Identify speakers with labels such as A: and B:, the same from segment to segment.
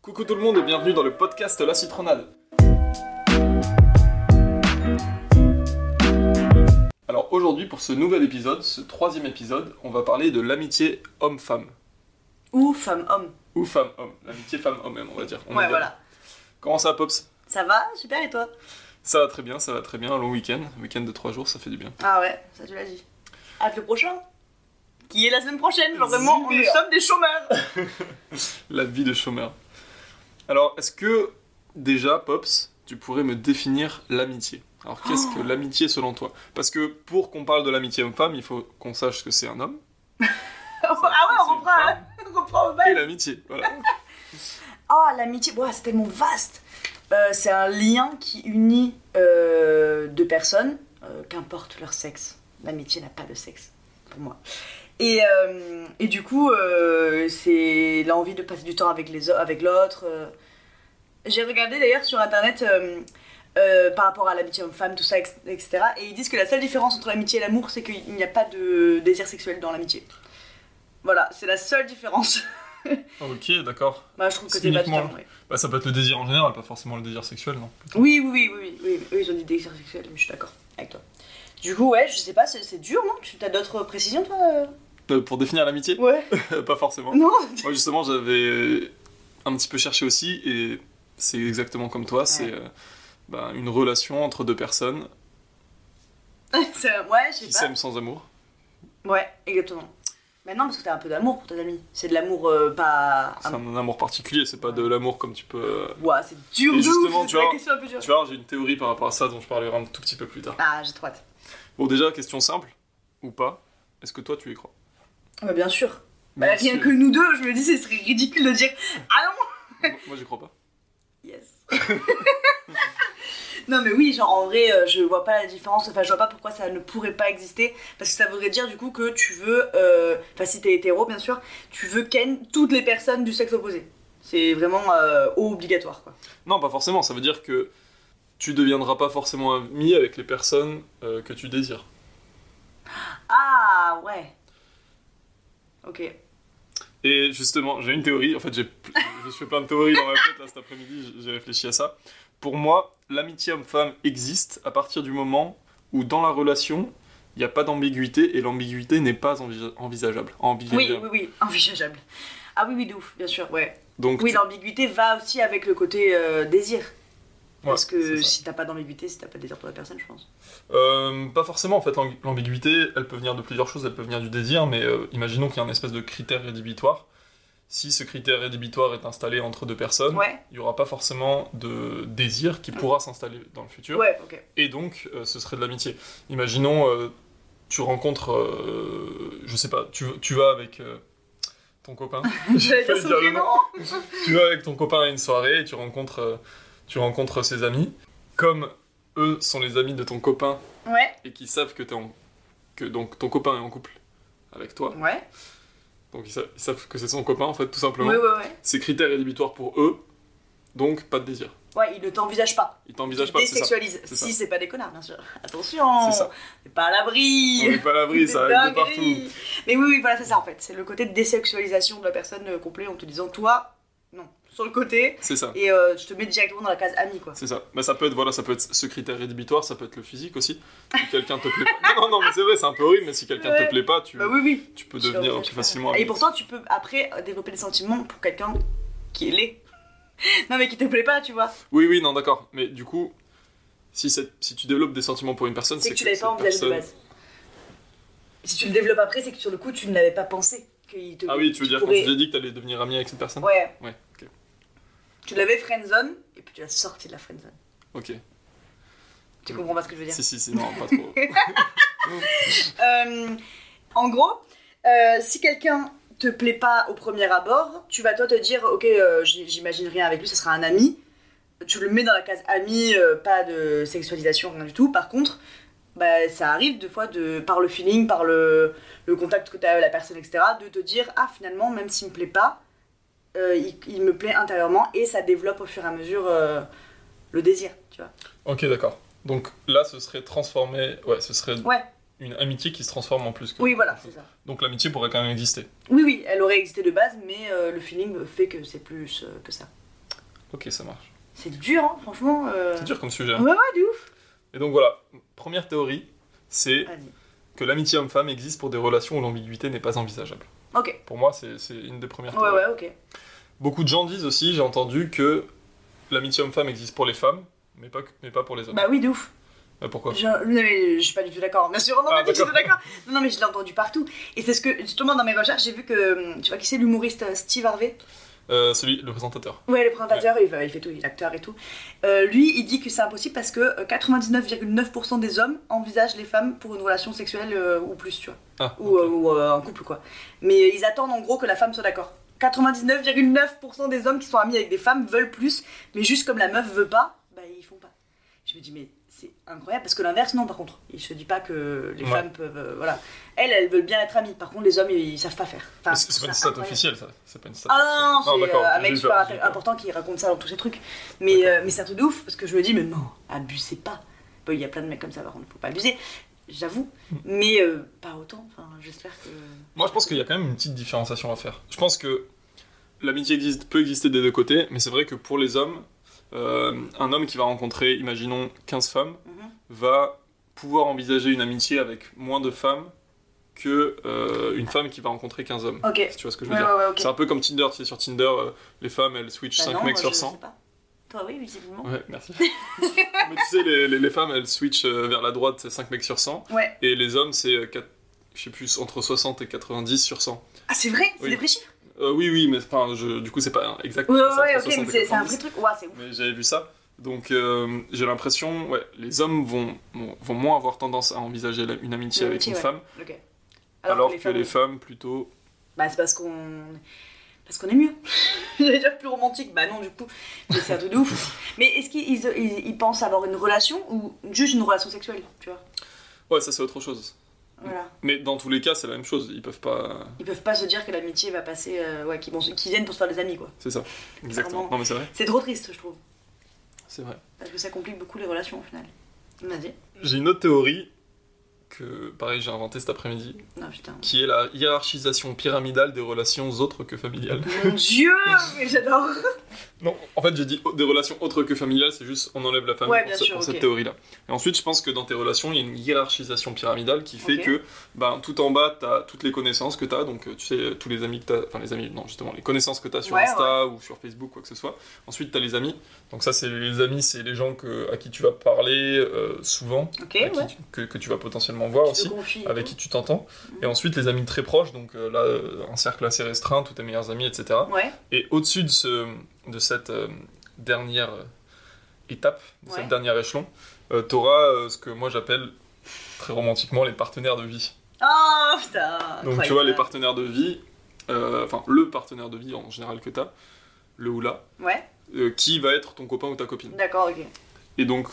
A: Coucou tout le monde et bienvenue dans le podcast La Citronade. Alors aujourd'hui pour ce nouvel épisode, ce troisième épisode, on va parler de l'amitié homme-femme.
B: Ou femme-homme.
A: Ou femme-homme. L'amitié femme-homme on va dire. On est
B: Ouais,
A: bien.
B: voilà.
A: Comment ça Pops
B: Ça va Super, et toi
A: Ça va très bien, ça va très bien. Un long week-end, week-end de trois jours, ça fait du bien.
B: Ah ouais, ça tu l'as dit. Hâte le prochain Qui est la semaine prochaine Genre vraiment, on- nous
A: Super.
B: sommes des chômeurs
A: La vie de chômeur. Alors est-ce que déjà Pops, tu pourrais me définir l'amitié alors qu'est-ce
B: Oh.
A: que l'amitié selon toi Parce que pour qu'on parle de l'amitié homme-femme, il faut qu'on sache ce que c'est un homme
B: Ah ouais,
A: C'est
B: on
A: une
B: reprend, hein,
A: femme
B: on reprend au
A: et
B: bal.
A: l'amitié. Voilà.
B: Ah, l'amitié, Ouah, c'est tellement vaste Euh, C'est un lien qui unit euh, deux personnes, euh, qu'importe leur sexe. L'amitié n'a pas de sexe, pour moi. Et, euh, et du coup, euh, c'est l'envie de passer du temps avec les o- avec l'autre. euh. J'ai regardé d'ailleurs sur internet euh, euh, par rapport à l'amitié homme-femme, tout ça, ex- etc. Et ils disent que la seule différence entre l'amitié et l'amour, c'est qu'il n'y a pas de désir sexuel dans l'amitié. Voilà, c'est la seule différence.
A: Ah, Ok, d'accord.
B: Bah, je trouve que
A: C'est
B: c'est pas tout à
A: uniquement-
B: fait vrai.
A: Bah, ça peut être le désir en général, pas forcément le désir sexuel, non
B: Oui, oui, oui, oui, oui, oui. Eux, ils ont dit désir sexuel, mais je suis d'accord avec toi. Du coup, ouais, je sais pas, c'est c'est dur, non Tu as d'autres précisions, toi euh
A: Pour définir l'amitié
B: Ouais.
A: Pas forcément.
B: Non
A: Moi, justement, j'avais un petit peu cherché aussi, et c'est exactement comme toi, c'est euh, bah, une relation entre deux personnes
B: C'est- Ouais, je
A: qui
B: sais
A: s'aiment sans amour.
B: pas. Ouais, exactement. Mais non, parce que t'as un peu d'amour pour tes amis. C'est de l'amour euh, pas.
A: C'est un amour particulier, c'est pas de l'amour comme tu peux... euh,
B: Ouais, c'est dur,
A: Et
B: de ouf,
A: justement,
B: c'est
A: tu
B: la
A: vois-
B: question un peu dure.
A: Tu vois, j'ai une théorie par rapport à ça dont je parlerai un tout petit peu plus tard.
B: Ah, j'ai trop hâte.
A: Bon, déjà, question simple, ou pas, est-ce que toi, tu y crois
B: Bah, bien sûr. Bah,
A: Bien
B: rien
A: sûr.
B: que nous deux, je me dis, ce serait ridicule de dire Ah non
A: Moi- Moi, j'y crois pas.
B: Yes. non mais oui, genre en vrai, euh, je vois pas la différence. Enfin, je vois pas pourquoi ça ne pourrait pas exister. Parce que ça voudrait dire du coup que tu veux, euh, enfin si t'es hétéro bien sûr, tu veux ken toutes les personnes du sexe opposé. C'est vraiment euh, obligatoire quoi.
A: Non, pas forcément, ça veut dire que tu deviendras pas forcément ami avec les personnes euh, que tu désires.
B: Ah ouais. Ok.
A: Et justement, j'ai une théorie. En fait, j'ai, je fais plein de théories dans ma tête là cet après-midi. J'ai réfléchi à ça. Pour moi, l'amitié homme-femme existe à partir du moment où dans la relation, il n'y a pas d'ambiguïté et l'ambiguïté n'est pas envisa- envisageable.
B: Oui,
A: Envisageable.
B: oui, oui, envisageable. Ah oui, oui, de ouf, bien sûr, ouais.
A: Donc,
B: Oui,
A: tu-
B: l'ambiguïté va aussi avec le côté euh, désir. Parce
A: ouais, c'est
B: que
A: ça.
B: si t'as pas d'ambiguïté, si t'as pas de désir pour la personne, je pense.
A: Euh, pas forcément en fait. l'ambi- L'ambiguïté, elle peut venir de plusieurs choses. Elle peut venir du désir, mais euh, imaginons qu'il y a un espèce de critère rédhibitoire. Si ce critère rédhibitoire est installé entre deux personnes,
B: Ouais,
A: il n'y aura pas forcément de désir qui pourra s'installer dans le futur.
B: ouais, ok.
A: et donc euh, ce serait de l'amitié. Imaginons, euh, tu rencontres, euh, je sais pas, tu, tu vas avec euh, ton copain,
B: J'allais
A: failli
B: dire son
A: dire le
B: prénom.
A: tu vas avec ton copain à une soirée et tu rencontres, euh, tu rencontres ses amis. Comme eux sont les amis de ton copain
B: Ouais.
A: et qui savent que, t'es en- que donc ton copain est en couple avec toi,
B: Ouais.
A: donc ils, sa- ils savent que c'est son copain en fait, tout
B: Ouais,
A: simplement.
B: ouais, ouais.
A: C'est critère rédhibitoire pour eux, donc pas de désir.
B: Ouais, il ne t'envisage pas.
A: Ils
B: Il
A: t'envisagent
B: te
A: pas, c'est ça.
B: désexualise.
A: C'est
B: Si, c'est pas des connards, bien sûr. Attention.
A: C'est ça.
B: T'es pas à
A: On n'est
B: l'abri.
A: pas à l'abri,
B: Des
A: ça arrive de partout.
B: dingueries. Mais oui, oui, voilà, c'est ça en fait. C'est le côté de désexualisation de la personne euh, complet en te disant, toi, non, sur le côté.
A: C'est ça.
B: Et euh, je te mets directement dans la case ami, quoi.
A: C'est ça. Bah, ça peut être voilà, ça peut être ce critère rédhibitoire, ça peut être le physique aussi. Si quelqu'un te plaît pas. Non non, mais c'est vrai, c'est un peu horrible, mais si quelqu'un
B: Ouais.
A: te plaît pas, tu,
B: Bah oui, oui.
A: tu peux
B: Tu
A: devenir
B: l'envisages
A: plus
B: pas.
A: facilement
B: Et
A: ami.
B: pourtant, tu peux après euh, développer des sentiments pour quelqu'un qui est laid. non, mais qui te plaît pas, tu vois.
A: Oui oui, non d'accord, mais du coup si, cette- si tu développes des sentiments pour une personne,
B: C'est que tu l'avais
A: cette
B: pas envisagé
A: personne-
B: de base. Si tu le développes après, c'est que sur le coup, tu ne l'avais pas pensé. qu'il te-
A: Ah oui, tu veux dire
B: pourrais-
A: quand tu t'es dit que t'allais devenir ami avec cette personne
B: Ouais.
A: Ouais, ok.
B: Tu l'avais friendzone, et puis tu l'as sorti de la friendzone.
A: Ok.
B: Tu
A: Mm.
B: comprends pas ce que je veux dire
A: Si si si non, pas trop.
B: Euh, En gros, euh, si quelqu'un te plaît pas au premier abord, tu vas toi te dire, ok, euh, j- j'imagine rien avec lui, ça sera un ami. Tu le mets dans la case ami, euh, pas de sexualisation, rien du tout. Par contre, bah, ça arrive des fois de, par le feeling, par le, le contact que tu as avec la personne, etc., de te dire, ah finalement, même s'il me plaît pas, euh, il, il me plaît intérieurement et ça développe au fur et à mesure euh, le désir, tu vois.
A: OK, d'accord. Donc là ce serait transformé, ouais, ce serait
B: Ouais.
A: une amitié qui se transforme en plus que-
B: Oui, voilà, c'est ça.
A: Donc l'amitié pourrait quand même exister.
B: Oui, oui, elle aurait existé de base, mais euh, le feeling fait que c'est plus euh, que ça.
A: Ok, ça marche.
B: C'est dur, hein, franchement. euh,
A: C'est dur comme sujet. hein.
B: Ouais, ouais, de ouf.
A: Et donc voilà, première théorie, c'est
B: Allez.
A: que l'amitié homme-femme existe pour des relations où l'ambiguïté n'est pas envisageable.
B: Ok.
A: Pour moi, c'est c'est une des premières
B: Ouais,
A: théories.
B: ouais, ok.
A: Beaucoup de gens disent aussi, j'ai entendu, que l'amitié homme-femme existe pour les femmes, mais pas, que- mais pas pour les hommes.
B: Bah oui, de ouf.
A: Bah, pourquoi
B: Je, non, mais je suis pas du tout d'accord. Bien sûr, non,
A: Ah,
B: pas du tout
A: d'accord.
B: d'accord. Non, non, mais je l'ai entendu partout. Et c'est ce que, justement, dans mes recherches, j'ai vu que, hum, tu vois qui c'est, l'humoriste euh, Steve Harvey
A: Euh, Celui, le présentateur.
B: Ouais, le présentateur, il, va- il fait tout, il est acteur et tout. Euh, lui, il dit que c'est impossible parce que euh, 99,9% des hommes envisagent les femmes pour une relation sexuelle euh, ou plus, tu vois.
A: Ah,
B: Ou,
A: ok.
B: euh, ou, euh, un couple, quoi. Mais euh, ils attendent en gros que la femme soit d'accord. 99,9% des hommes qui sont amis avec des femmes veulent plus, mais juste comme la meuf veut pas, bah ils font pas. Je me dis, mais c'est incroyable, parce que l'inverse, non, par contre. Il se dit pas que les
A: Ouais.
B: femmes peuvent. euh, voilà. Elles, elles veulent bien être amies. Par contre, les hommes, ils, ils savent pas faire. Enfin,
A: Mais C'est c'est pas une
B: ça,
A: stat
B: incroyable.
A: officielle, ça. C'est pas une stat.
B: Ah non, non, c'est
A: d'accord,
B: euh, un
A: j'ai
B: mec
A: eu
B: super
A: peur, j'ai eu peur.
B: important qui raconte ça dans tous ses trucs. Mais, euh, mais c'est un truc de ouf, parce que je me dis, mais non, abusez pas. Bon, il y a plein de mecs comme ça, par contre, faut pas abuser, j'avoue.
A: Mm.
B: Mais euh, pas autant, enfin, j'espère que.
A: Moi, je pense qu'il y a quand même une petite différenciation à faire. Je pense que l'amitié existe, peut exister des deux côtés, mais c'est vrai que pour les hommes, euh, un homme qui va rencontrer, imaginons, 15 femmes,
B: Mhm.
A: va pouvoir envisager une amitié avec moins de femmes que euh, une femme qui va rencontrer 15 hommes.
B: Ok.
A: Si tu vois ce que je veux
B: Ouais,
A: dire
B: ouais, ouais, ok.
A: C'est un peu comme Tinder, tu sais, sur Tinder, euh, les femmes, elles switchent
B: Bah
A: 5
B: non,
A: mecs
B: moi,
A: sur
B: je
A: 100.
B: sais pas. Toi, oui, visiblement.
A: Ouais, merci. Mais tu sais, les, les- les femmes, elles switchent euh, vers la droite, c'est 5 mecs sur 100,
B: Ouais.
A: et les hommes, c'est, euh, quatre- je sais plus, entre 60 et 90 sur 100.
B: Ah, c'est vrai C'est
A: Oui.
B: des vrais chiffres
A: Euh, oui, oui, mais enfin, je- du coup, c'est pas exact.
B: Ouais, ouais,
A: c'est
B: ouais,
A: entre
B: ok,
A: 60
B: mais
A: et
B: c'est c'est un
A: 90,
B: vrai truc. Ouah, c'est ouf.
A: Mais j'avais vu ça. Donc, euh, j'ai l'impression, ouais, les hommes vont, vont, vont moins avoir tendance à envisager la- une amitié
B: Une
A: avec
B: amitié,
A: une
B: ouais.
A: femme,
B: Ok.
A: alors, que, les, femmes...
B: femmes-
A: plutôt.
B: Bah, c'est parce qu'on. Parce qu'on est mieux. J'allais dire plus romantique. Bah, non, du coup. Mais c'est un truc de ouf. Mais est-ce qu'ils ils- ils- ils pensent avoir une relation ou juste une relation sexuelle Tu vois
A: Ouais, ça, c'est autre chose.
B: Voilà.
A: Mais dans tous les cas, c'est la même chose. Ils peuvent pas.
B: Ils peuvent pas se dire que l'amitié va passer. euh, ouais, qu'ils vont- qu'ils viennent pour se faire des amis, quoi.
A: C'est ça. Exactement.
B: Clairement.
A: Non, mais c'est vrai.
B: C'est trop triste, je trouve.
A: C'est vrai.
B: Parce que ça complique beaucoup les relations, au final. Vas-y.
A: J'ai une autre théorie que, pareil, j'ai inventée cet après-midi,
B: Non, putain.
A: qui est la hiérarchisation pyramidale des relations autres que familiales.
B: Mon dieu Mais j'adore
A: Non, en fait, j'ai dit au- des relations autres que familiales, c'est juste on enlève la famille
B: Ouais,
A: pour,
B: bien
A: ce-
B: sûr,
A: pour
B: ok.
A: cette théorie-là. Et ensuite, je pense que dans tes relations, il y a une hiérarchisation pyramidale qui fait
B: Ok.
A: que ben, tout en bas, tu as toutes les connaissances que tu as, donc euh, tu sais, euh, tous les amis que tu as, enfin les amis, non, justement, les connaissances que tu as sur
B: Ouais,
A: Insta ou sur Facebook, quoi que ce soit. Ensuite, tu as les amis. Donc, ça, c'est les amis, c'est les gens que, à qui tu vas parler euh, souvent,
B: Ok,
A: à qui
B: Eh ouais.
A: tu- que, que tu vas potentiellement voir
B: Je
A: aussi
B: confie. et
A: avec
B: tout.
A: qui tu t'entends, et ensuite les amis très proches, donc euh, là euh, un cercle assez restreint, tous tes meilleurs amis, etc.
B: Ouais.
A: Et au-dessus de, ce, de cette euh, dernière euh, étape, de
B: Ouais.
A: cette dernière échelon, euh, t'auras euh, ce que moi j'appelle très romantiquement les partenaires de vie.
B: Oh putain
A: Donc tu vois, les partenaires de vie, euh, enfin le partenaire de vie en général que t'as, le ou la,
B: Ouais,
A: euh, qui va être ton copain ou ta copine.
B: d'accord, ok.
A: Et donc,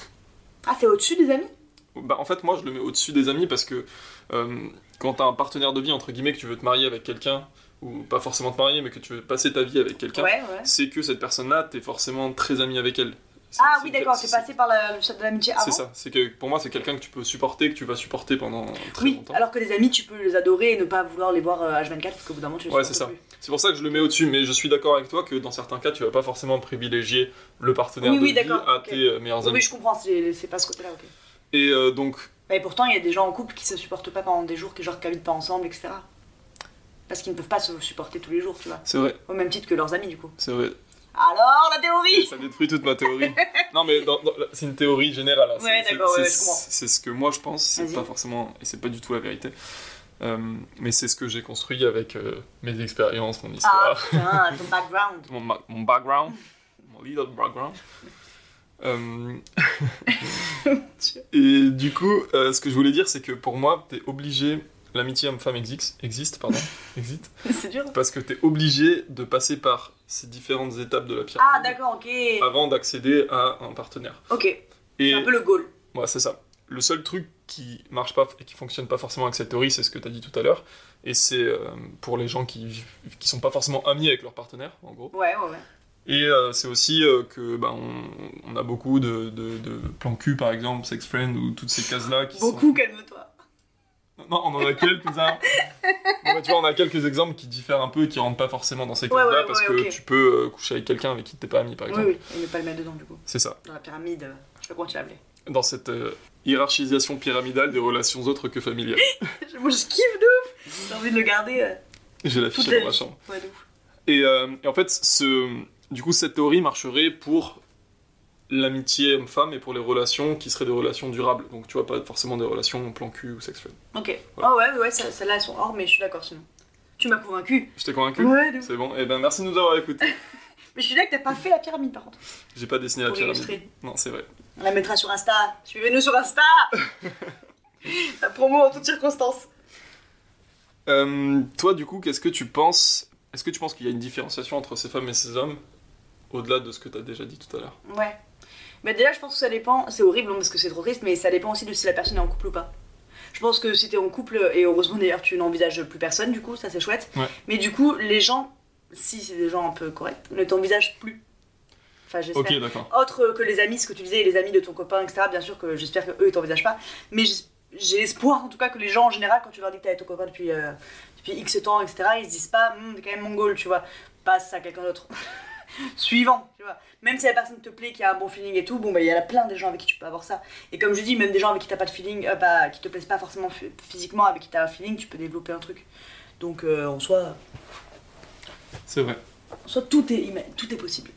B: Ah, c'est au-dessus des amis
A: bah, en fait, moi je le mets au-dessus des amis parce que euh, quand t'as un partenaire de vie, entre guillemets, que tu veux te marier avec quelqu'un, ou pas forcément te marier, mais que tu veux passer ta vie avec quelqu'un,
B: Ouais, ouais.
A: c'est que cette personne-là, t'es forcément très ami avec elle. C'est-
B: Ah
A: c'est-
B: oui, d'accord, t'es
A: c'est-
B: passé par la- euh, le chat de l'amitié avant
A: C'est ça, c'est que pour moi c'est quelqu'un que tu peux supporter, que tu vas supporter pendant très
B: Oui,
A: longtemps.
B: alors que les amis, tu peux les adorer et ne pas vouloir les voir euh, H24 parce qu'au bout d'un moment, tu les
A: Ouais,
B: supportes
A: c'est ça.
B: plus.
A: C'est pour ça que je le mets au-dessus, mais je suis d'accord avec toi que dans certains cas tu vas pas forcément privilégier le partenaire
B: Oui,
A: de
B: oui,
A: vie
B: d'accord,
A: à
B: ok.
A: tes euh, meilleurs
B: Oui,
A: amis.
B: je comprends, c'est c'est pas ce côté-là, ok.
A: Et euh, donc,
B: Bah, et pourtant, il y a des gens en couple qui se supportent pas pendant des jours, qui genre qu'habitent pas ensemble, etc. Parce qu'ils ne peuvent pas se supporter tous les jours, tu vois.
A: c'est vrai,
B: Au même titre que leurs amis, du coup.
A: c'est vrai.
B: Alors, la
A: Et
B: théorie
A: Ça détruit toute ma théorie. non, mais dans- dans- c'est une théorie générale. hein. C'est-
B: Ouais,
A: c'est-
B: d'accord, ouais,
A: c'est-
B: ouais, je comprends.
A: C'est ce que moi je pense, c'est
B: Vas-y.
A: pas forcément, et c'est pas du tout la vérité. Euh, mais c'est ce que j'ai construit avec euh, mes expériences, mon histoire.
B: Ah putain, ton background.
A: mon, ma- mon background, mon little background. Euh, et du coup, euh, ce que je voulais dire, c'est que pour moi, t'es obligé, l'amitié homme-femme existe, existe, pardon, existe,
B: c'est dur.
A: parce que t'es obligé de passer par ces différentes étapes de la
B: Ah,
A: pyramide
B: d'accord, ok.
A: avant d'accéder à un partenaire.
B: Ok,
A: Et
B: c'est un peu le goal.
A: Ouais, c'est ça. Le seul truc qui marche pas et qui fonctionne pas forcément avec cette théorie, c'est ce que tu as dit tout à l'heure. Et c'est euh, pour les gens qui, vivent- qui sont pas forcément amis avec leur partenaire, en gros.
B: Ouais, ouais, ouais.
A: Et euh, c'est aussi euh, que bah, on, on a beaucoup de, de, de plans cul, par exemple, sex friend ou toutes ces cases-là qui
B: Beaucoup, calme-toi.
A: sont. Non, on en a quelques uns. Bon, bah, tu vois, on a quelques exemples qui diffèrent un peu et qui rentrent pas forcément dans ces
B: Ouais,
A: codes-là
B: ouais,
A: parce
B: ouais,
A: que
B: ok.
A: tu peux euh, coucher avec quelqu'un avec qui t'es pas ami, par
B: Oui,
A: exemple.
B: oui, et ne pas le mettre dedans du coup.
A: C'est ça.
B: Dans la pyramide, euh, je sais pas comment tu l'appelais.
A: Dans cette euh, hiérarchisation pyramidale des relations autres que familiales.
B: Moi je kiffe de ouf J'ai envie de le garder. euh,
A: J'ai
B: Toute la
A: l'affiché dans ma
B: vie.
A: chambre.
B: Ouais, de ouf.
A: Et, euh, et en fait, ce, du coup, cette théorie marcherait pour l'amitié homme-femme et pour les relations qui seraient des relations durables. Donc, tu vois, pas forcément des relations plan cul ou sexuelles.
B: Ok.
A: Ouais.
B: Ah ouais, ouais, ça- celles-là elles sont hors, mais je suis d'accord sinon. Tu m'as convaincu.
A: Je t'ai convaincu
B: Ouais, de ouf.
A: C'est bon. Eh ben, merci de nous avoir écoutés.
B: Mais je suis là que t'as pas fait la pyramide par contre.
A: J'ai pas dessiné la
B: Pour
A: pyramide.
B: illustrer.
A: Non, c'est vrai.
B: On la mettra sur Insta. Suivez-nous sur Insta La promo en toutes circonstances.
A: Euh, toi, du coup, qu'est-ce que tu penses Est-ce que tu penses qu'il y a une différenciation entre ces femmes et ces hommes au-delà de ce que tu as déjà dit tout à l'heure
B: Ouais. Mais déjà, je pense que ça dépend. C'est horrible hein, parce que c'est trop triste, mais ça dépend aussi de si la personne est en couple ou pas. Je pense que si t'es en couple, et heureusement d'ailleurs, tu n'envisages plus personne, du coup, ça c'est chouette.
A: Ouais.
B: Mais du coup, les gens, si c'est des gens un peu corrects, ne t'envisagent plus. Enfin, j'espère.
A: Ok, d'accord.
B: Autre que les amis, ce que tu disais, les amis de ton copain, etc. Bien sûr que j'espère que eux ils t'envisagent pas, mais j'es- j'ai espoir en tout cas que les gens en général, quand tu leur dis que t'es avec ton copain depuis, euh, depuis X temps, etc., ils se disent pas, Hum, t'es quand même mongol, tu vois, passe à quelqu'un d'autre. Suivant, tu vois. Même si la personne te plaît, qui a un bon feeling et tout, bon, bah il y a plein de gens avec qui tu peux avoir ça. Et comme je dis, même des gens avec qui t'as pas de feeling, euh, bah, qui te plaisent pas forcément phy- physiquement, avec qui t'as un feeling, tu peux développer un truc. Donc euh, en soi,
A: C'est vrai.
B: Soit tout est, ima- tout est possible.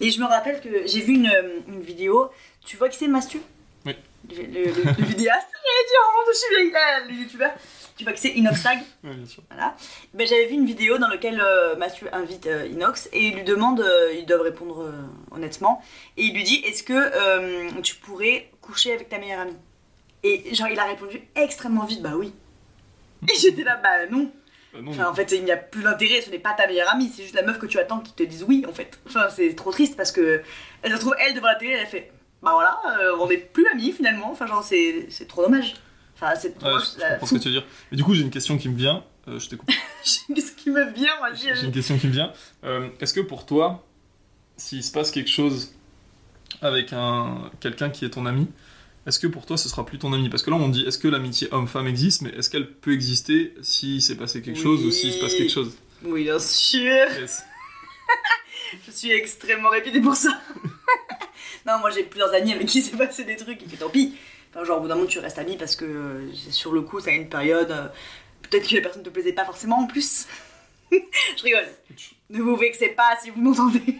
B: Et je me rappelle que j'ai vu une, euh, une vidéo. Tu vois qui c'est Mastu
A: Oui.
B: Le, le- le- le vidéaste, j'allais dire, oh, je suis vieille, euh, le youtubeur. Tu vois qui c'est Inoxtag
A: Ouais, bien sûr.
B: ben, J'avais vu une vidéo dans laquelle euh, Mathieu invite euh, Inox et il lui demande, euh, ils doivent répondre euh, honnêtement, et il lui dit Est-ce que euh, tu pourrais coucher avec ta meilleure amie Et genre, il a répondu extrêmement vite Bah oui. Et j'étais là, bah non.
A: Euh, non,
B: Enfin, en fait, il n'y a plus d'intérêt, ce n'est pas ta meilleure amie, c'est juste la meuf que tu attends qui te dise oui, en fait. Enfin, c'est trop triste parce que elle se retrouve, elle, devant la télé, elle fait Bah voilà, euh, on n'est plus amis finalement. Enfin, genre, c'est c'est trop dommage. Enfin, c'est trop
A: Ouais,
B: dommage.
A: je, je comprends ce que tu veux dire. Mais du coup, j'ai une question qui me vient. Euh, je t'écoute.
B: Qu'est-ce qui me vient, moi,
A: J'ai
B: je-
A: j'ai une question qui me vient. Euh, Est-ce que pour toi, s'il se passe quelque chose avec un quelqu'un qui est ton ami, est-ce que pour toi ce sera plus ton ami Parce que là on dit est-ce que l'amitié homme-femme existe, mais est-ce qu'elle peut exister s'il s'est passé quelque chose ou s'il se passe
B: Oui.
A: quelque chose
B: Oui, bien sûr.
A: Yes.
B: Je suis extrêmement réputée pour ça. non, moi j'ai plusieurs amis avec qui s'est passé des trucs et que tant pis. Enfin, genre au bout d'un moment tu restes ami parce que euh, sur le coup ça a une période. euh, Peut-être que la personne te plaisait pas forcément en plus. Je rigole. Ne vous vexez pas si vous m'entendez.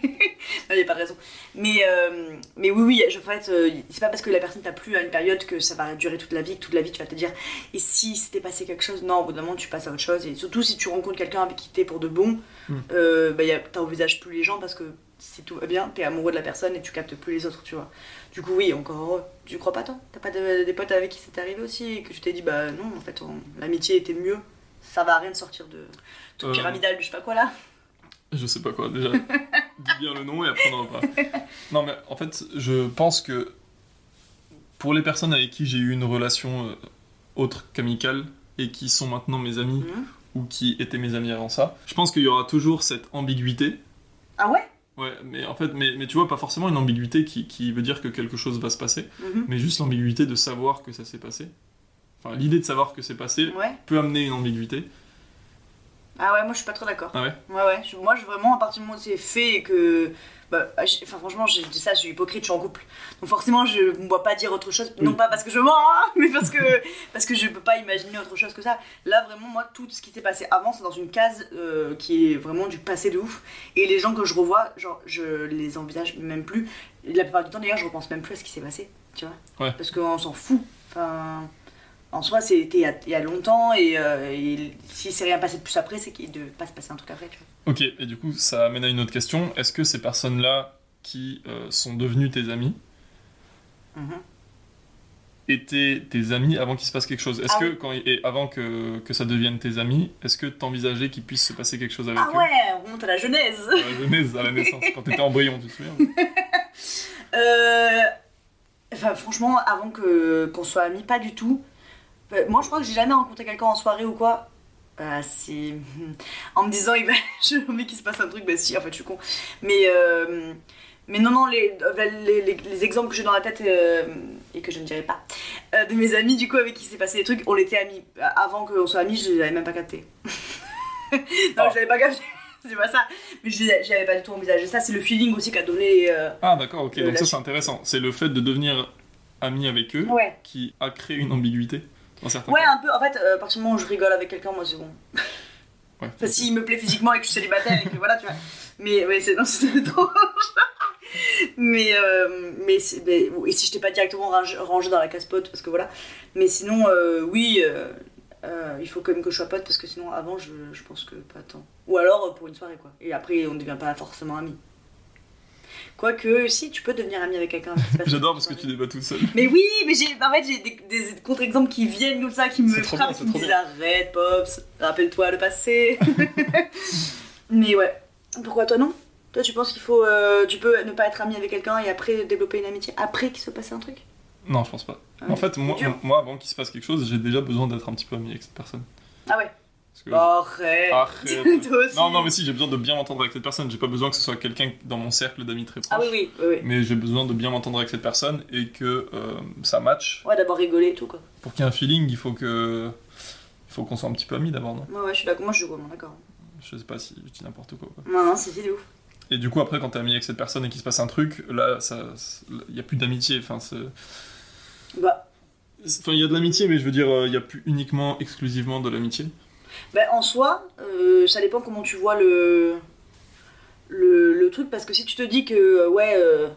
B: non, y a pas de raison. Mais, euh, mais oui, oui, je, en fait, euh, c'est pas parce que la personne t'a plu à une période que ça va durer toute la vie, que toute la vie tu vas te dire et si c'était passé quelque chose Non, au bout d'un moment tu passes à autre chose. Et surtout si tu rencontres quelqu'un avec qui t'es pour de bon,
A: Mm.
B: euh, bah, y a- t'envisages plus les gens parce que si tout va bien, t'es amoureux de la personne et tu captes plus les autres, tu vois. Du coup, oui, encore heureux. Tu crois pas, toi T'as pas de- des potes avec qui c'est arrivé aussi et que tu t'es dit bah non, en fait, on- l'amitié était mieux. Ça va à rien de sortir de tout
A: Euh.
B: pyramidal, je sais pas quoi là.
A: Je sais pas quoi déjà. Dis bien le nom et après on en reparle. Non mais en fait je pense que pour les personnes avec qui j'ai eu une relation euh, autre qu'amicale et qui sont maintenant mes amis
B: Mhm.
A: ou qui étaient mes amis avant ça, je pense qu'il y aura toujours cette ambiguïté
B: Ah ouais
A: Ouais, mais en fait, mais, mais tu vois, pas forcément une ambiguïté qui, qui veut dire que quelque chose va se passer,
B: Mhm.
A: mais juste l'ambiguïté de savoir que ça s'est passé. Enfin, l'idée de savoir que c'est passé
B: Mm. Ouais.
A: peut amener une ambiguïté.
B: Ah ouais, moi je suis pas trop d'accord.
A: Ah ouais
B: Ouais, ouais. Je- moi, je, vraiment, à partir du moment où c'est fait et que. Bah, j'ai- enfin, franchement, j'ai dit ça, je suis hypocrite, je suis en couple. Donc, forcément, je ne vois pas dire autre chose. Non
A: Oui.
B: pas parce que je mens, hein, mais parce que, parce que je peux pas imaginer autre chose que ça. Là, vraiment, moi, tout ce qui s'est passé avant, c'est dans une case euh, qui est vraiment du passé de ouf. Et les gens que je revois, genre, je les envisage même plus. La plupart du temps, d'ailleurs, je repense même plus à ce qui s'est passé, tu vois.
A: Ouais.
B: Parce qu'on s'en fout. Enfin. En soi, c'était il y a- il y, a longtemps et, euh, et si c'est rien passé de plus après, c'est qu'il ne devait pas se passer un truc après, tu vois.
A: Ok, et du coup, ça amène à une autre question. Est-ce que ces personnes-là qui euh, sont devenues tes amis
B: Mhm.
A: étaient tes amis avant qu'il se passe quelque chose Est-ce
B: Ah
A: que, quand, et avant que, que ça devienne tes amis, est-ce que t'envisageais qu'il puisse se passer quelque chose avec
B: Ah
A: eux
B: ouais, on remonte à la genèse.
A: à la jeunesse, à la naissance, quand t'étais embryon, tu te souviens
B: Euh, Enfin, franchement, avant que qu'on soit amis, pas du tout. Euh, Moi, je crois que j'ai jamais rencontré quelqu'un en soirée ou quoi. Ah si. En me disant, il va... j'ai envie qu'il se passe un truc, bah si, en fait, je suis con. Mais, euh, mais non, non, les, les, les- les exemples que j'ai dans la tête euh, et, et que je ne dirai pas, euh, de mes amis du coup avec qui s'est passé des trucs, on était amis. Euh, Avant qu'on soit amis, je l'avais même pas capté. non,
A: Ah.
B: je l'avais pas capté, c'est pas ça. Mais je je l'avais pas du tout envisagé. Ça, c'est le feeling aussi qu'a donné. euh,
A: Ah, d'accord, ok.
B: Euh,
A: Donc
B: la
A: ça, c'est intéressant. C'est le fait de devenir ami avec eux
B: Ouais.
A: qui a créé une ambiguïté dans certains
B: Ouais,
A: cas.
B: un peu. En fait, euh, à partir du moment où je rigole avec quelqu'un, moi, c'est bon.
A: Ouais.
B: Enfin, s'il me plaît physiquement et que je suis célibataire et que voilà, tu vois. Mais ouais, c'est non, c'est étrange. mais, euh, mais, c'est- mais- et si je t'ai pas directement range- rangé dans la casse pote, parce que voilà. Mais sinon, euh, oui, euh, euh, il faut quand même que je sois pote, parce que sinon, avant, je, je pense que pas tant. Ou alors euh, pour une soirée, quoi. Et après, on ne devient pas forcément ami. Quoique, si, tu peux devenir ami avec quelqu'un. c'est pas ça,
A: J'adore
B: une
A: parce que tu
B: soirée.
A: débats toute seule.
B: Mais oui, mais j'ai en fait, j'ai des, des contre-exemples qui viennent comme ça, qui me
A: C'est trop
B: frappent,
A: bien, c'est
B: qui me
A: trop
B: disent arrête, Pops, rappelle-toi le passé. mais ouais. Pourquoi toi non Toi, tu penses qu'il faut. euh, tu peux ne pas être ami avec quelqu'un et après développer une amitié après qu'il se passe un truc
A: Non, je pense pas.
B: Ouais.
A: En fait, moi,
B: dur.
A: moi avant qu'il se passe quelque chose, j'ai déjà besoin d'être un petit peu ami avec cette personne.
B: Ah ouais
A: Parce que-
B: Arrête,
A: Arrête.
B: Toi aussi.
A: Ah, euh, Non, non, mais si, j'ai besoin de bien m'entendre avec cette personne. J'ai pas besoin que ce soit quelqu'un dans mon cercle d'amis très proche.
B: Ah oui, oui, oui. oui.
A: Mais j'ai besoin de bien m'entendre avec cette personne et que euh, ça match.
B: Ouais, d'abord rigoler et tout quoi.
A: Pour qu'il y ait un feeling, il faut que. Il faut qu'on soit un petit peu amis d'abord, non
B: Ouais, ouais, je suis d'accord. Moi, je suis vraiment d'accord.
A: Je sais pas si je dis n'importe quoi. quoi.
B: Non, non, c'est c'est de ouf.
A: Et du coup, après, quand t'es ami avec cette personne et qu'il se passe un truc, là, ça, il y a plus d'amitié. Enfin, c'est-
B: Bah,
A: c'est- enfin, il y a de l'amitié, mais je veux dire, euh, il y a plus uniquement, exclusivement de l'amitié.
B: Ben, en soi, euh, ça dépend comment tu vois le, le, le truc, parce que si tu te dis que, euh, ouais, euh,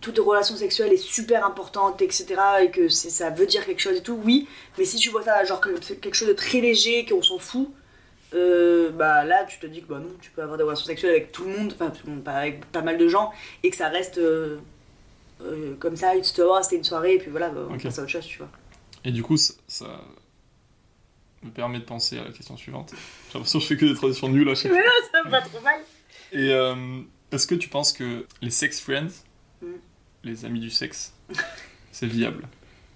B: toute relation sexuelle est super importante, etc., et que c'est- ça veut dire quelque chose et tout, oui, mais si tu vois ça, genre que c'est quelque chose de très léger, qu'on s'en fout, euh, bah là, tu te dis que, bah non, tu peux avoir des relations sexuelles avec tout le monde, enfin, tout le monde, pas avec pas mal de gens, et que ça reste euh, euh, comme ça, tu te vois, c'était une soirée, et puis voilà, bah, on
A: Ok.
B: passe à autre chose, tu vois.
A: Et du coup, ça, ça me permet de penser à la question suivante. J'ai l'impression que je fais que des traditions nulles à chaque fois.
B: ça va pas trop mal.
A: Et euh, est-ce que tu penses que les sex friends,
B: Mm.
A: les amis du sexe, c'est viable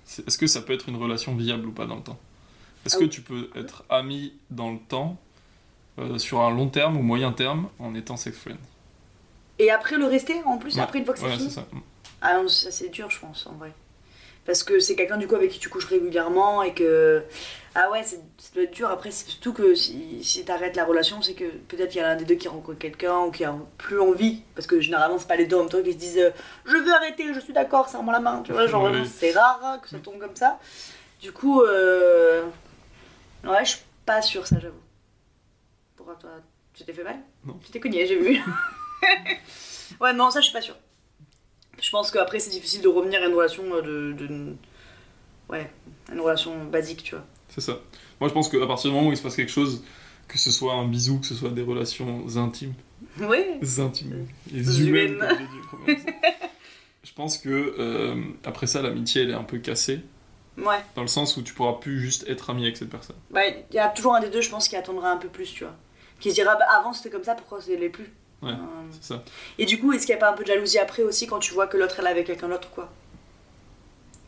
A: C'est- Est-ce que ça peut être une relation viable ou pas dans le temps Est-ce
B: Ah
A: que
B: oui.
A: tu peux être ami dans le temps, euh, sur un long terme ou moyen terme, en étant sex friend
B: Et après le rester, en plus,
A: Ouais.
B: après une fois que c'est
A: Ouais,
B: fini
A: c'est ça.
B: Ah non, ça c'est dur, je pense, en vrai. Parce que c'est quelqu'un du coup avec qui tu couches régulièrement et que. Ah ouais, c'est- ça doit être dur. Après, c'est surtout que si, si t'arrêtes la relation, c'est que peut-être il y a l'un des deux qui rencontre quelqu'un ou qui a plus envie. Parce que généralement, c'est pas les deux en même temps qui se disent euh, Je veux arrêter, je suis d'accord, serre-moi la main. Tu vois, genre
A: Ouais.
B: vraiment, c'est rare hein, que ça tombe comme ça. Du coup, euh... ouais, je suis pas sûre, ça, j'avoue. Pourquoi toi Tu t'es fait mal
A: Non.
B: Tu t'es cogné, j'ai vu. ouais, non, ça, je suis pas sûre. Je pense qu'après, c'est difficile de revenir à une relation euh, de, de- Ouais, à une relation basique, tu vois.
A: C'est ça. Moi, je pense qu'à partir du moment où il se passe quelque chose, que ce soit un bisou, que ce soit des relations intimes,
B: Oui
A: Les intimes. Les
B: Zuènes.
A: humaines, comme j'ai dit, première fois. Je pense que euh, après ça, l'amitié elle est un peu cassée
B: Ouais.
A: dans le sens où tu pourras plus juste être ami avec cette personne.
B: Bah, il y a toujours un des deux, je pense, qui attendra un peu plus, tu vois. Qui se dira, bah, avant c'était comme ça, pourquoi ça l'est plus
A: Ouais.
B: Euh,
A: C'est ça.
B: Et du coup, est-ce qu'il n'y a pas un peu de jalousie après aussi quand tu vois que l'autre elle est avec quelqu'un d'autre, quoi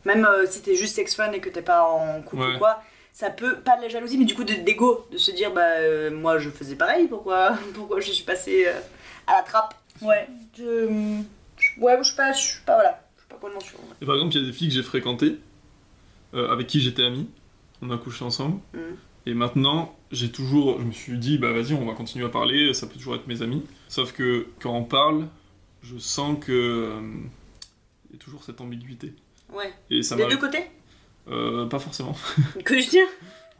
B: Même euh, si t'es juste sex fun et que t'es pas en couple
A: Ouais.
B: ou quoi, ça peut, pas de la jalousie, mais du coup de- d'ego, de se dire, bah, euh, moi je faisais pareil, pourquoi, pourquoi je suis passée euh, à la trappe Ouais, je. je- Ouais, je suis pas, je suis pas, voilà, je suis pas complètement sûre. ouais.
A: Et par exemple, il y a des filles que j'ai fréquentées, euh, avec qui j'étais ami, on a couché ensemble,
B: Mhm.
A: et maintenant j'ai toujours, je me suis dit bah vas-y, on va continuer à parler, ça peut toujours être mes amis. Sauf que quand on parle, je sens que euh, il y a toujours cette ambiguïté.
B: Ouais.
A: Et ça
B: Des deux
A: m'arrive-
B: côtés
A: Euh, pas forcément.
B: Que je tiens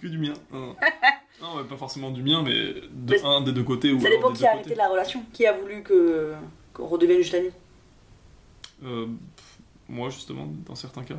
A: Que du mien. Non, non. Non, mais pas forcément du mien, mais de
B: Mais-
A: un des deux côtés. Ou
B: Ça
A: alors
B: dépend
A: des
B: qui a
A: deux
B: arrêté
A: côtés.
B: la relation, qui a voulu que qu'on redevienne juste amis.
A: Euh, pff, moi, justement, dans certains cas.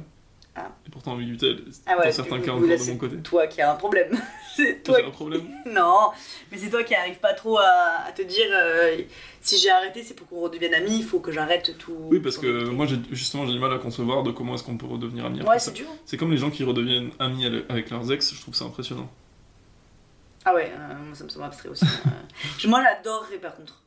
B: Ah.
A: Et pourtant, ambiguïté, elle-
B: Ah ouais,
A: dans
B: du
A: certains
B: coup,
A: cas,
B: vous
A: encore de
B: laissez-
A: mon côté.
B: Toi qui as un problème. c'est toi
A: J'ai un problème
B: Non, mais c'est toi qui arrives pas trop à, à te dire euh, si j'ai arrêté, c'est pour qu'on redevienne amis, il faut que j'arrête tout.
A: Oui, parce
B: tout
A: que
B: le
A: moi, j'ai- justement, j'ai du mal à concevoir de comment est-ce qu'on peut redevenir ami
B: truc.
A: après
B: Ouais,
A: ça.
B: c'est dur.
A: C'est comme les gens qui redeviennent amis ale- avec leurs ex, je trouve ça impressionnant.
B: Ah ouais, euh, moi, ça me semble abstrait aussi. euh. Je- moi j'adorerais par contre.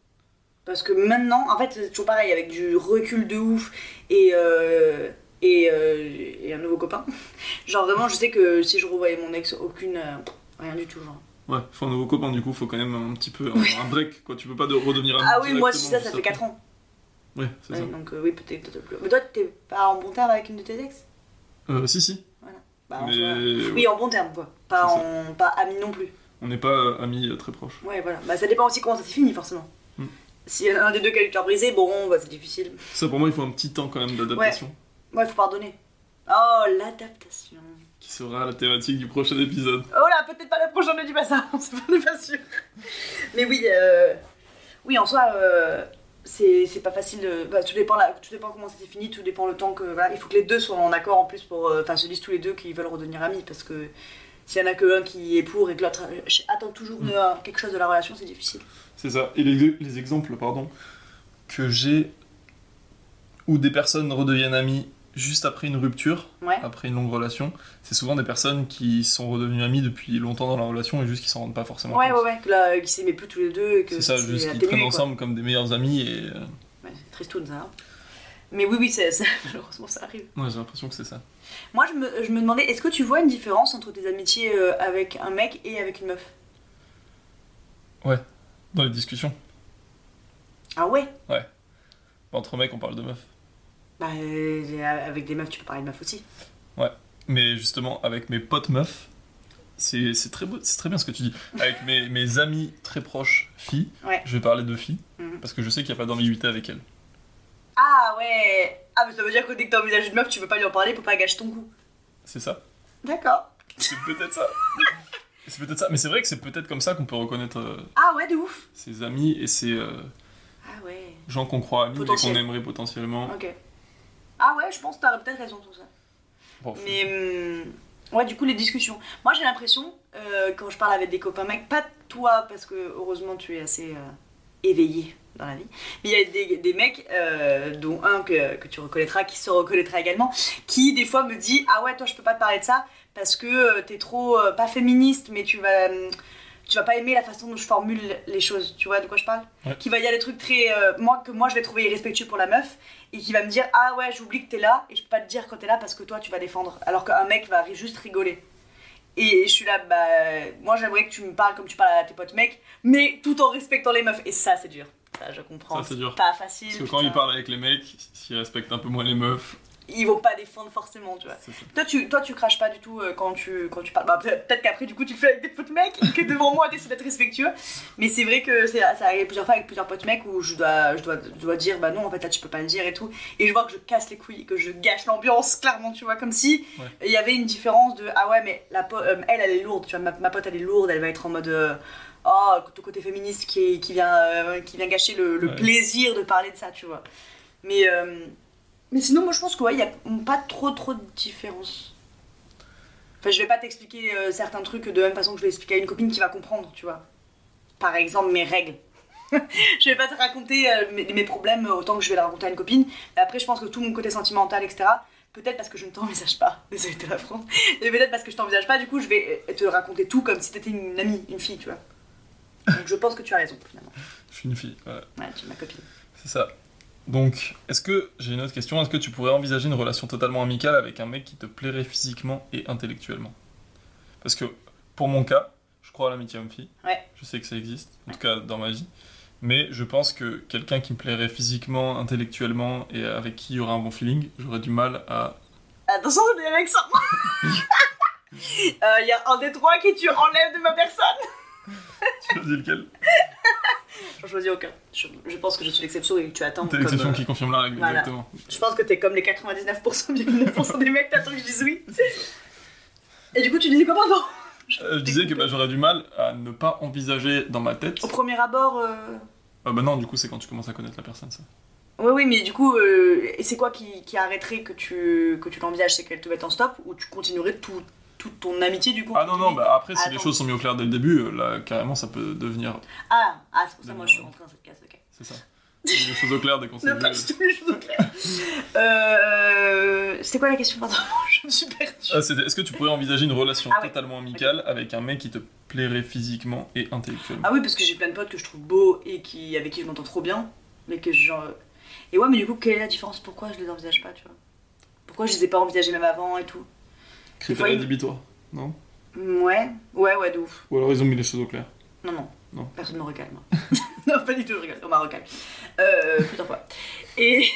B: Parce que maintenant, en fait, c'est toujours pareil, avec du recul de ouf et, euh, et, euh, et un nouveau copain. Genre vraiment, je sais que si je revoyais mon ex, aucune. euh, rien du tout, genre.
A: Ouais, faut un nouveau copain, du coup, faut quand même un petit peu un, un break, quoi. Tu peux pas de redevenir ami.
B: Ah oui, moi je dis
A: directement
B: ça, ça
A: juste
B: fait
A: après.
B: 4 ans.
A: Ouais, c'est
B: Ouais,
A: ça.
B: donc euh, oui, peut-être. peut-être plus. Mais toi, t'es pas en bon terme avec une de tes ex
A: Euh, si, si.
B: Bah, en soi,
A: mais
B: Oui, en bon terme, quoi. Pas,
A: C'est
B: en... pas amis non plus.
A: on n'est pas euh, amis euh, très proches.
B: Ouais, voilà. Bah, ça dépend aussi comment ça s'est fini, forcément.
A: Hmm.
B: Si un des deux qui a eu le cœur brisé, bon, bah, c'est difficile.
A: Ça, pour moi, il faut un petit temps quand même d'adaptation
B: Ouais, faut pardonner. Oh, l'adaptation.
A: qui sera la thématique du prochain épisode.
B: Oh là, peut-être pas la prochaine, ne dis pas ça, on s'en est pas sûr. Mais oui, euh, oui, en soi, euh, c'est c'est pas facile. De, bah, tout, dépend la- tout dépend comment c'est fini, tout dépend le temps que. Voilà, il faut que les deux soient en accord en plus pour. euh, Enfin, se disent tous les deux qu'ils veulent redevenir amis parce que s'il y en a que un qui est pour et que l'autre euh, attend toujours
A: Mm.
B: euh, quelque chose de la relation, c'est difficile.
A: C'est ça. Et les, les exemples, pardon, que j'ai où des personnes redeviennent amies juste après une rupture,
B: Ouais.
A: après une longue relation, c'est souvent des personnes qui sont redevenues amies depuis longtemps dans la relation et juste qui s'en rendent pas forcément
B: Ouais, ouais,
A: compte.
B: ouais, que là, euh, qu'ils s'aimaient plus tous les deux et que
A: C'est ça, juste qu'ils traînent ensemble comme des meilleurs amis et. euh,
B: Ouais, c'est tristoun, ça. hein. Mais oui, oui, c'est- c'est- malheureusement, ça arrive.
A: Ouais, j'ai l'impression que c'est ça.
B: Moi, je me, je me demandais, est-ce que tu vois une différence entre tes amitiés euh, avec un mec et avec une meuf
A: Dans les discussions.
B: Ah ouais
A: Entre mecs, on parle de meufs.
B: Bah, euh, avec des meufs, tu peux parler de meufs aussi.
A: Mais justement, avec mes potes meufs, c'est c'est très, beau- c'est très bien ce que tu dis. Avec mes, mes amis très proches filles,
B: Ouais.
A: je vais parler de filles,
B: Mhm.
A: parce que je sais qu'il n'y a pas d'ambiguïté avec elles.
B: Ah ouais Ah, mais ça veut dire que dès que t'as envisagé une meuf, tu peux pas lui en parler pour pas gâcher ton goût.
A: C'est ça
B: D'accord.
A: C'est peut-être ça. C'est peut-être ça. Mais c'est vrai que c'est peut-être comme ça qu'on peut reconnaître euh,
B: Ah ouais, de ouf
A: ses amis et ses euh,
B: Ah ouais.
A: gens qu'on croit amis et qu'on
B: Potentiel.
A: aimerait potentiellement.
B: Ok. Ah ouais, je pense que t'aurais peut-être raison sur ça.
A: Bon, faut-
B: Mais hum, ouais, du coup, les discussions. Moi, j'ai l'impression, euh, quand je parle avec des copains mecs, pas toi, parce que heureusement, tu es assez euh, éveillé dans la vie, mais il y a des, des mecs, euh, dont un que, que tu reconnaîtras, qui se reconnaîtra également, qui des fois me dit Ah ouais, toi, je peux pas te parler de ça parce que euh, t'es trop, euh, pas féministe, mais tu vas. hum, tu vas pas aimer la façon dont je formule les choses, tu vois de quoi je parle
A: Ouais.
B: Qui va dire des trucs très. euh, moi, que moi je vais trouver irrespectueux pour la meuf, et qui va me dire ah ouais j'oublie que t'es là et je peux pas te dire quand t'es là parce que toi tu vas défendre alors qu'un mec va ri- juste rigoler et je suis là bah moi j'aimerais que tu me parles comme tu parles à tes potes mecs mais tout en respectant les meufs et ça c'est dur ça je comprends
A: Ça, c'est dur.
B: pas facile
A: Parce que quand
B: putain.
A: ils parlent avec les mecs, s'ils respectent un peu moins les meufs.
B: ils vont pas défendre forcément tu vois
A: c'est ça.
B: toi tu toi tu craches pas du tout euh, quand tu quand tu parles bah, peut- peut-être qu'après du coup tu le fais avec des potes mecs et que devant moi t'essaies d'être respectueux mais c'est vrai que c'est ça arrive plusieurs fois avec plusieurs potes mecs où je dois je dois je dois dire bah non en fait là tu peux pas le dire et tout et je vois que je casse les couilles que je gâche l'ambiance clairement tu vois comme si
A: Ouais.
B: il y avait une différence de ah ouais mais la po- euh, elle elle est lourde tu vois ma, ma pote elle est lourde elle va être en mode euh, oh ton côté féministe qui est- qui vient euh, qui vient gâcher le, le
A: Ouais.
B: plaisir de parler de ça tu vois mais euh, mais sinon, moi je pense que ouais, il n'y a pas trop trop de différence. Enfin, je vais pas t'expliquer euh, certains trucs de la même façon que je vais expliquer à une copine qui va comprendre, tu vois. Par exemple, mes règles. je vais pas te raconter euh, mes, mes problèmes autant que je vais les raconter à une copine. Et après, je pense que tout mon côté sentimental, etc., peut-être parce que je ne t'envisage pas, désolé de la prendre, et peut-être parce que je t'envisage pas, du coup, je vais euh, te raconter tout comme si t'étais une amie, une fille, tu vois. Donc je pense que tu as raison, finalement.
A: Je suis une fille, ouais,
B: Ouais, tu es ma copine.
A: c'est ça. Donc, est-ce que, j'ai une autre question, est-ce que tu pourrais envisager une relation totalement amicale avec un mec qui te plairait physiquement et intellectuellement Parce que, pour mon cas, je crois à l'amitié homme-fille.
B: Ouais.
A: Je sais que ça existe, en tout cas dans ma vie. Mais je pense que quelqu'un qui me plairait physiquement, intellectuellement et avec qui il y aurait un bon feeling, j'aurais du mal à.
B: Attention, c'est des mecs sans Il Euh, y a un des trois que tu enlèves de ma personne.
A: Tu veux dire lequel
B: Je choisis aucun. Je, je pense que je suis l'exception et que tu attends.
A: T'as
B: comme,
A: l'exception
B: euh,
A: qui confirme la règle,
B: voilà.
A: exactement.
B: Je pense que t'es comme les 99% des 9% des mecs, t'attends que je dise oui. Et du coup, tu disais quoi, pardon
A: Euh, je disais que bah, j'aurais du mal à ne pas envisager dans ma tête.
B: Au premier abord. euh,
A: Ah bah non, du coup, c'est quand tu commences à connaître la personne, ça.
B: Oui, oui, mais du coup, euh, et c'est quoi qui, qui arrêterait que tu, que tu l'envisages C'est qu'elle te mette en stop ou tu continuerais tout, toute ton amitié du coup
A: Ah non, non, bah après, si les
B: Attends.
A: choses sont mises au clair dès le début, euh, là, carrément, ça peut devenir.
B: Ah, ah, c'est pour ça que moi je suis rentrée dans cette case, ok.
A: C'est ça. Les choses au clair dès qu'on s'est
B: Ne
A: vu,
B: pas
A: euh,
B: du tout les choses au clair. Euh, C'était quoi la question Pardon, je me suis perdue.
A: Ah, c'était- Est-ce que tu pourrais envisager une relation
B: Ah oui.
A: totalement amicale avec un mec qui te plairait physiquement et intellectuellement
B: Ah oui, parce que j'ai plein de potes que je trouve beaux et qui, avec qui je m'entends trop bien, mais que je- genre. Et ouais, mais du coup, quelle est la différence Pourquoi je les envisage pas, tu vois Pourquoi je les ai pas envisagés même avant et tout
A: Critère
B: Ah, faut-
A: rédhibitoire Non
B: Ouais, ouais, ouais, de ouf.
A: Ou alors ils ont mis les choses au clair
B: Non, non.
A: Non.
B: Personne me recale, moi. non, pas du tout, je rigole. On m'a recalé. Euh, plusieurs fois. Et.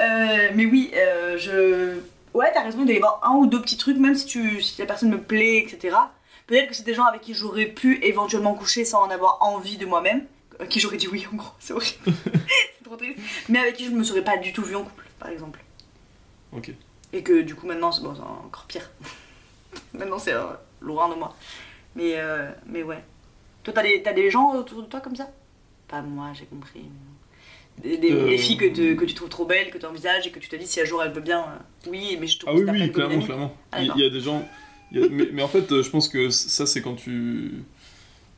B: Euh, mais oui, euh, je. ouais, t'as raison, il doit y avoir un ou deux petits trucs, même si, tu, si la personne me plaît, etc. Peut-être que c'est des gens avec qui j'aurais pu éventuellement coucher sans en avoir envie de moi-même, à qui j'aurais dit oui en gros, c'est horrible, c'est trop triste, mais avec qui je me serais pas du tout vue en couple, par exemple.
A: Ok.
B: Et que du coup maintenant c'est bon, c'est encore pire. maintenant c'est euh, loin de moi. Mais, euh, mais ouais. Toi t'as des, t'as des gens autour de toi comme ça Pas moi, j'ai compris. Des, des-
A: Euh,
B: des filles que, te- que tu trouves trop belles, que tu envisages et que tu te dis si un jour elle veut bien, euh, oui, mais je te
A: Ah oui,
B: considère
A: oui,
B: pas comme
A: clairement,
B: une amie.
A: clairement.
B: Ah,
A: Il il y a des gens. il y a- mais, mais en fait, euh, je pense que c- ça, c'est quand tu.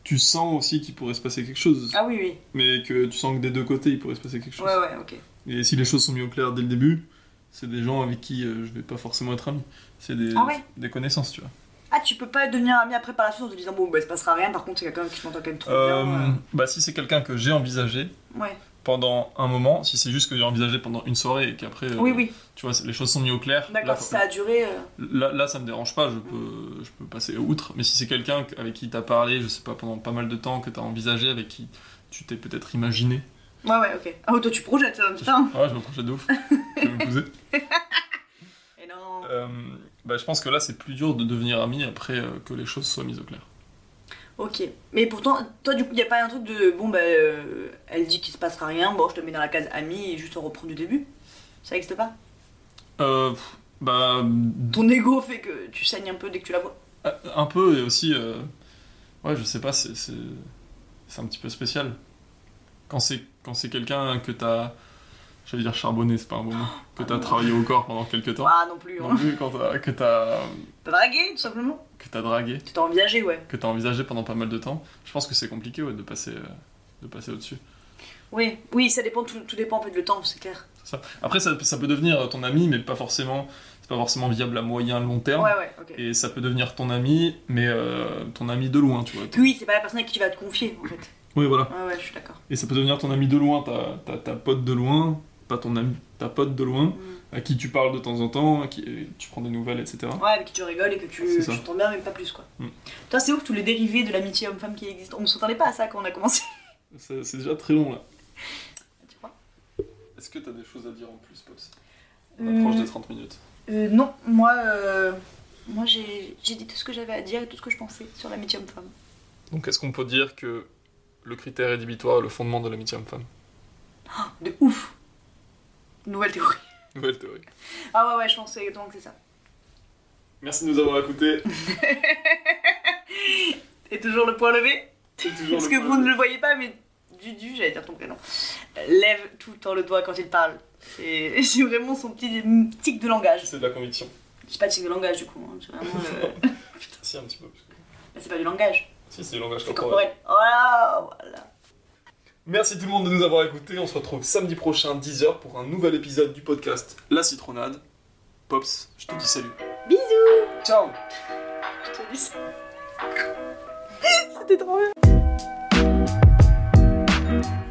A: Tu sens aussi qu'il pourrait se passer quelque chose,
B: Ah oui, oui.
A: mais que tu sens que des deux côtés, il pourrait se passer quelque chose.
B: Ouais, ouais, ok.
A: Et si les choses sont mises au clair dès le début, c'est des gens avec qui euh, je vais pas forcément être ami. C'est des,
B: Ah ouais
A: des connaissances, tu vois.
B: Ah, tu peux pas devenir ami après par la suite en te disant bon, bah, il se passera rien, par contre, c'est quelqu'un qui t'entend quand même trop
A: Euh,
B: bien.
A: Bah, si c'est quelqu'un que j'ai envisagé
B: euh, Ouais,
A: pendant un moment, si c'est juste que j'ai envisagé pendant une soirée et qu'après, euh,
B: oui, oui.
A: tu vois, c'est- les choses sont mises au clair, là,
B: D'accord, si ça a duré. euh,
A: là, là, ça me dérange pas, je peux, je peux passer outre. Mais si c'est quelqu'un que- avec qui t'as parlé, je sais pas, pendant pas mal de temps, que t'as envisagé, avec qui tu t'es peut-être imaginé,
B: Ouais, ouais, ok. Ah, toi, tu projettes, euh, putain.
A: ah, ouais, je me projette de ouf, je vais m'épouser.
B: Et Eh non.
A: Euh, bah, je pense que là, c'est plus dur de devenir ami après euh, que les choses soient mises au clair.
B: Ok. Mais pourtant, toi, du coup, y a pas un truc de bon, bah, euh, elle dit qu'il se passera rien, bon, je te mets dans la case ami et juste on reprend du début. Ça n'existe pas
A: Euh, pff, bah,
B: Ton ego fait que tu saignes un peu dès que tu la vois.
A: Euh, Un peu, et aussi, euh, ouais, je sais pas, c'est c'est- c'est un petit peu spécial. Quand c'est quand c'est quelqu'un que t'as, je veux dire charbonné, c'est pas un bon mot, que t'as travaillé au corps pendant quelques temps,
B: Ah, non plus.
A: non
B: Hein.
A: plus, quand t'as- que t'as
B: T'as dragué, tout simplement.
A: que t'as dragué,
B: Tu t'es envisagé, ouais.
A: que t'as envisagé pendant pas mal de temps, je pense que c'est compliqué ouais, de passer euh, de passer au-dessus.
B: Oui, oui, ça dépend, tout, tout dépend un peu de le temps, c'est clair.
A: C'est ça. Après, ça, ça peut devenir ton ami, mais pas forcément, c'est pas forcément viable à moyen long terme.
B: Ouais, ouais, ok.
A: Et ça peut devenir ton ami, mais euh, ton ami de loin, tu vois.
B: Oui, c'est pas la personne à qui tu vas te confier, en fait.
A: Oui, voilà.
B: Ouais, ouais, je suis d'accord.
A: Et ça peut devenir ton ami de loin, ta, ta, ta pote de loin, pas ton ami, ta pote de loin,
B: Mm.
A: à qui tu parles de temps en temps, à qui et tu prends des nouvelles, etc.
B: Ouais, avec qui tu rigoles et que tu
A: C'est ça.
B: tu t'entends bien, mais pas plus quoi.
A: Mm.
B: Putain, c'est ouf tous les dérivés de l'amitié homme-femme qui existent. On s'entendait pas à ça quand on a commencé.
A: C'est c'est déjà très long là.
B: Tu crois
A: Est-ce que t'as des choses à dire en plus, Pops
B: On approche Euh. des
A: 30 minutes.
B: Euh, non, moi, euh, moi j'ai j'ai dit tout ce que j'avais à dire et tout ce que je pensais sur l'amitié homme-femme.
A: Donc est-ce qu'on peut dire que le critère rédhibitoire est le fondement de l'amitié homme-femme
B: De ouf Nouvelle théorie.
A: Nouvelle théorie.
B: Ah ouais, ouais, je pensais exactement que c'est ça.
A: Merci de nous avoir écoutés.
B: Et toujours le point levé
A: C'est toujours le
B: Parce que
A: point
B: vous ne
A: levé.
B: le voyez pas, mais Dudu, j'allais dire ton prénom, lève tout le temps le doigt quand il parle. C'est c'est vraiment son petit tic de langage.
A: C'est de la conviction.
B: C'est pas tic de langage du coup, hein, c'est vraiment. euh,
A: Si, un petit peu. parce que-
B: Mais c'est pas du langage,
A: Si, c'est du langage
B: c'est
A: corporel.
B: corporel. Voilà, voilà.
A: Merci tout le monde de nous avoir écoutés. On se retrouve samedi prochain, 10h, pour un nouvel épisode du podcast La Citronade. Pops, je te dis salut.
B: Bisous
A: Ciao
B: Je te dis ça. C'était trop bien.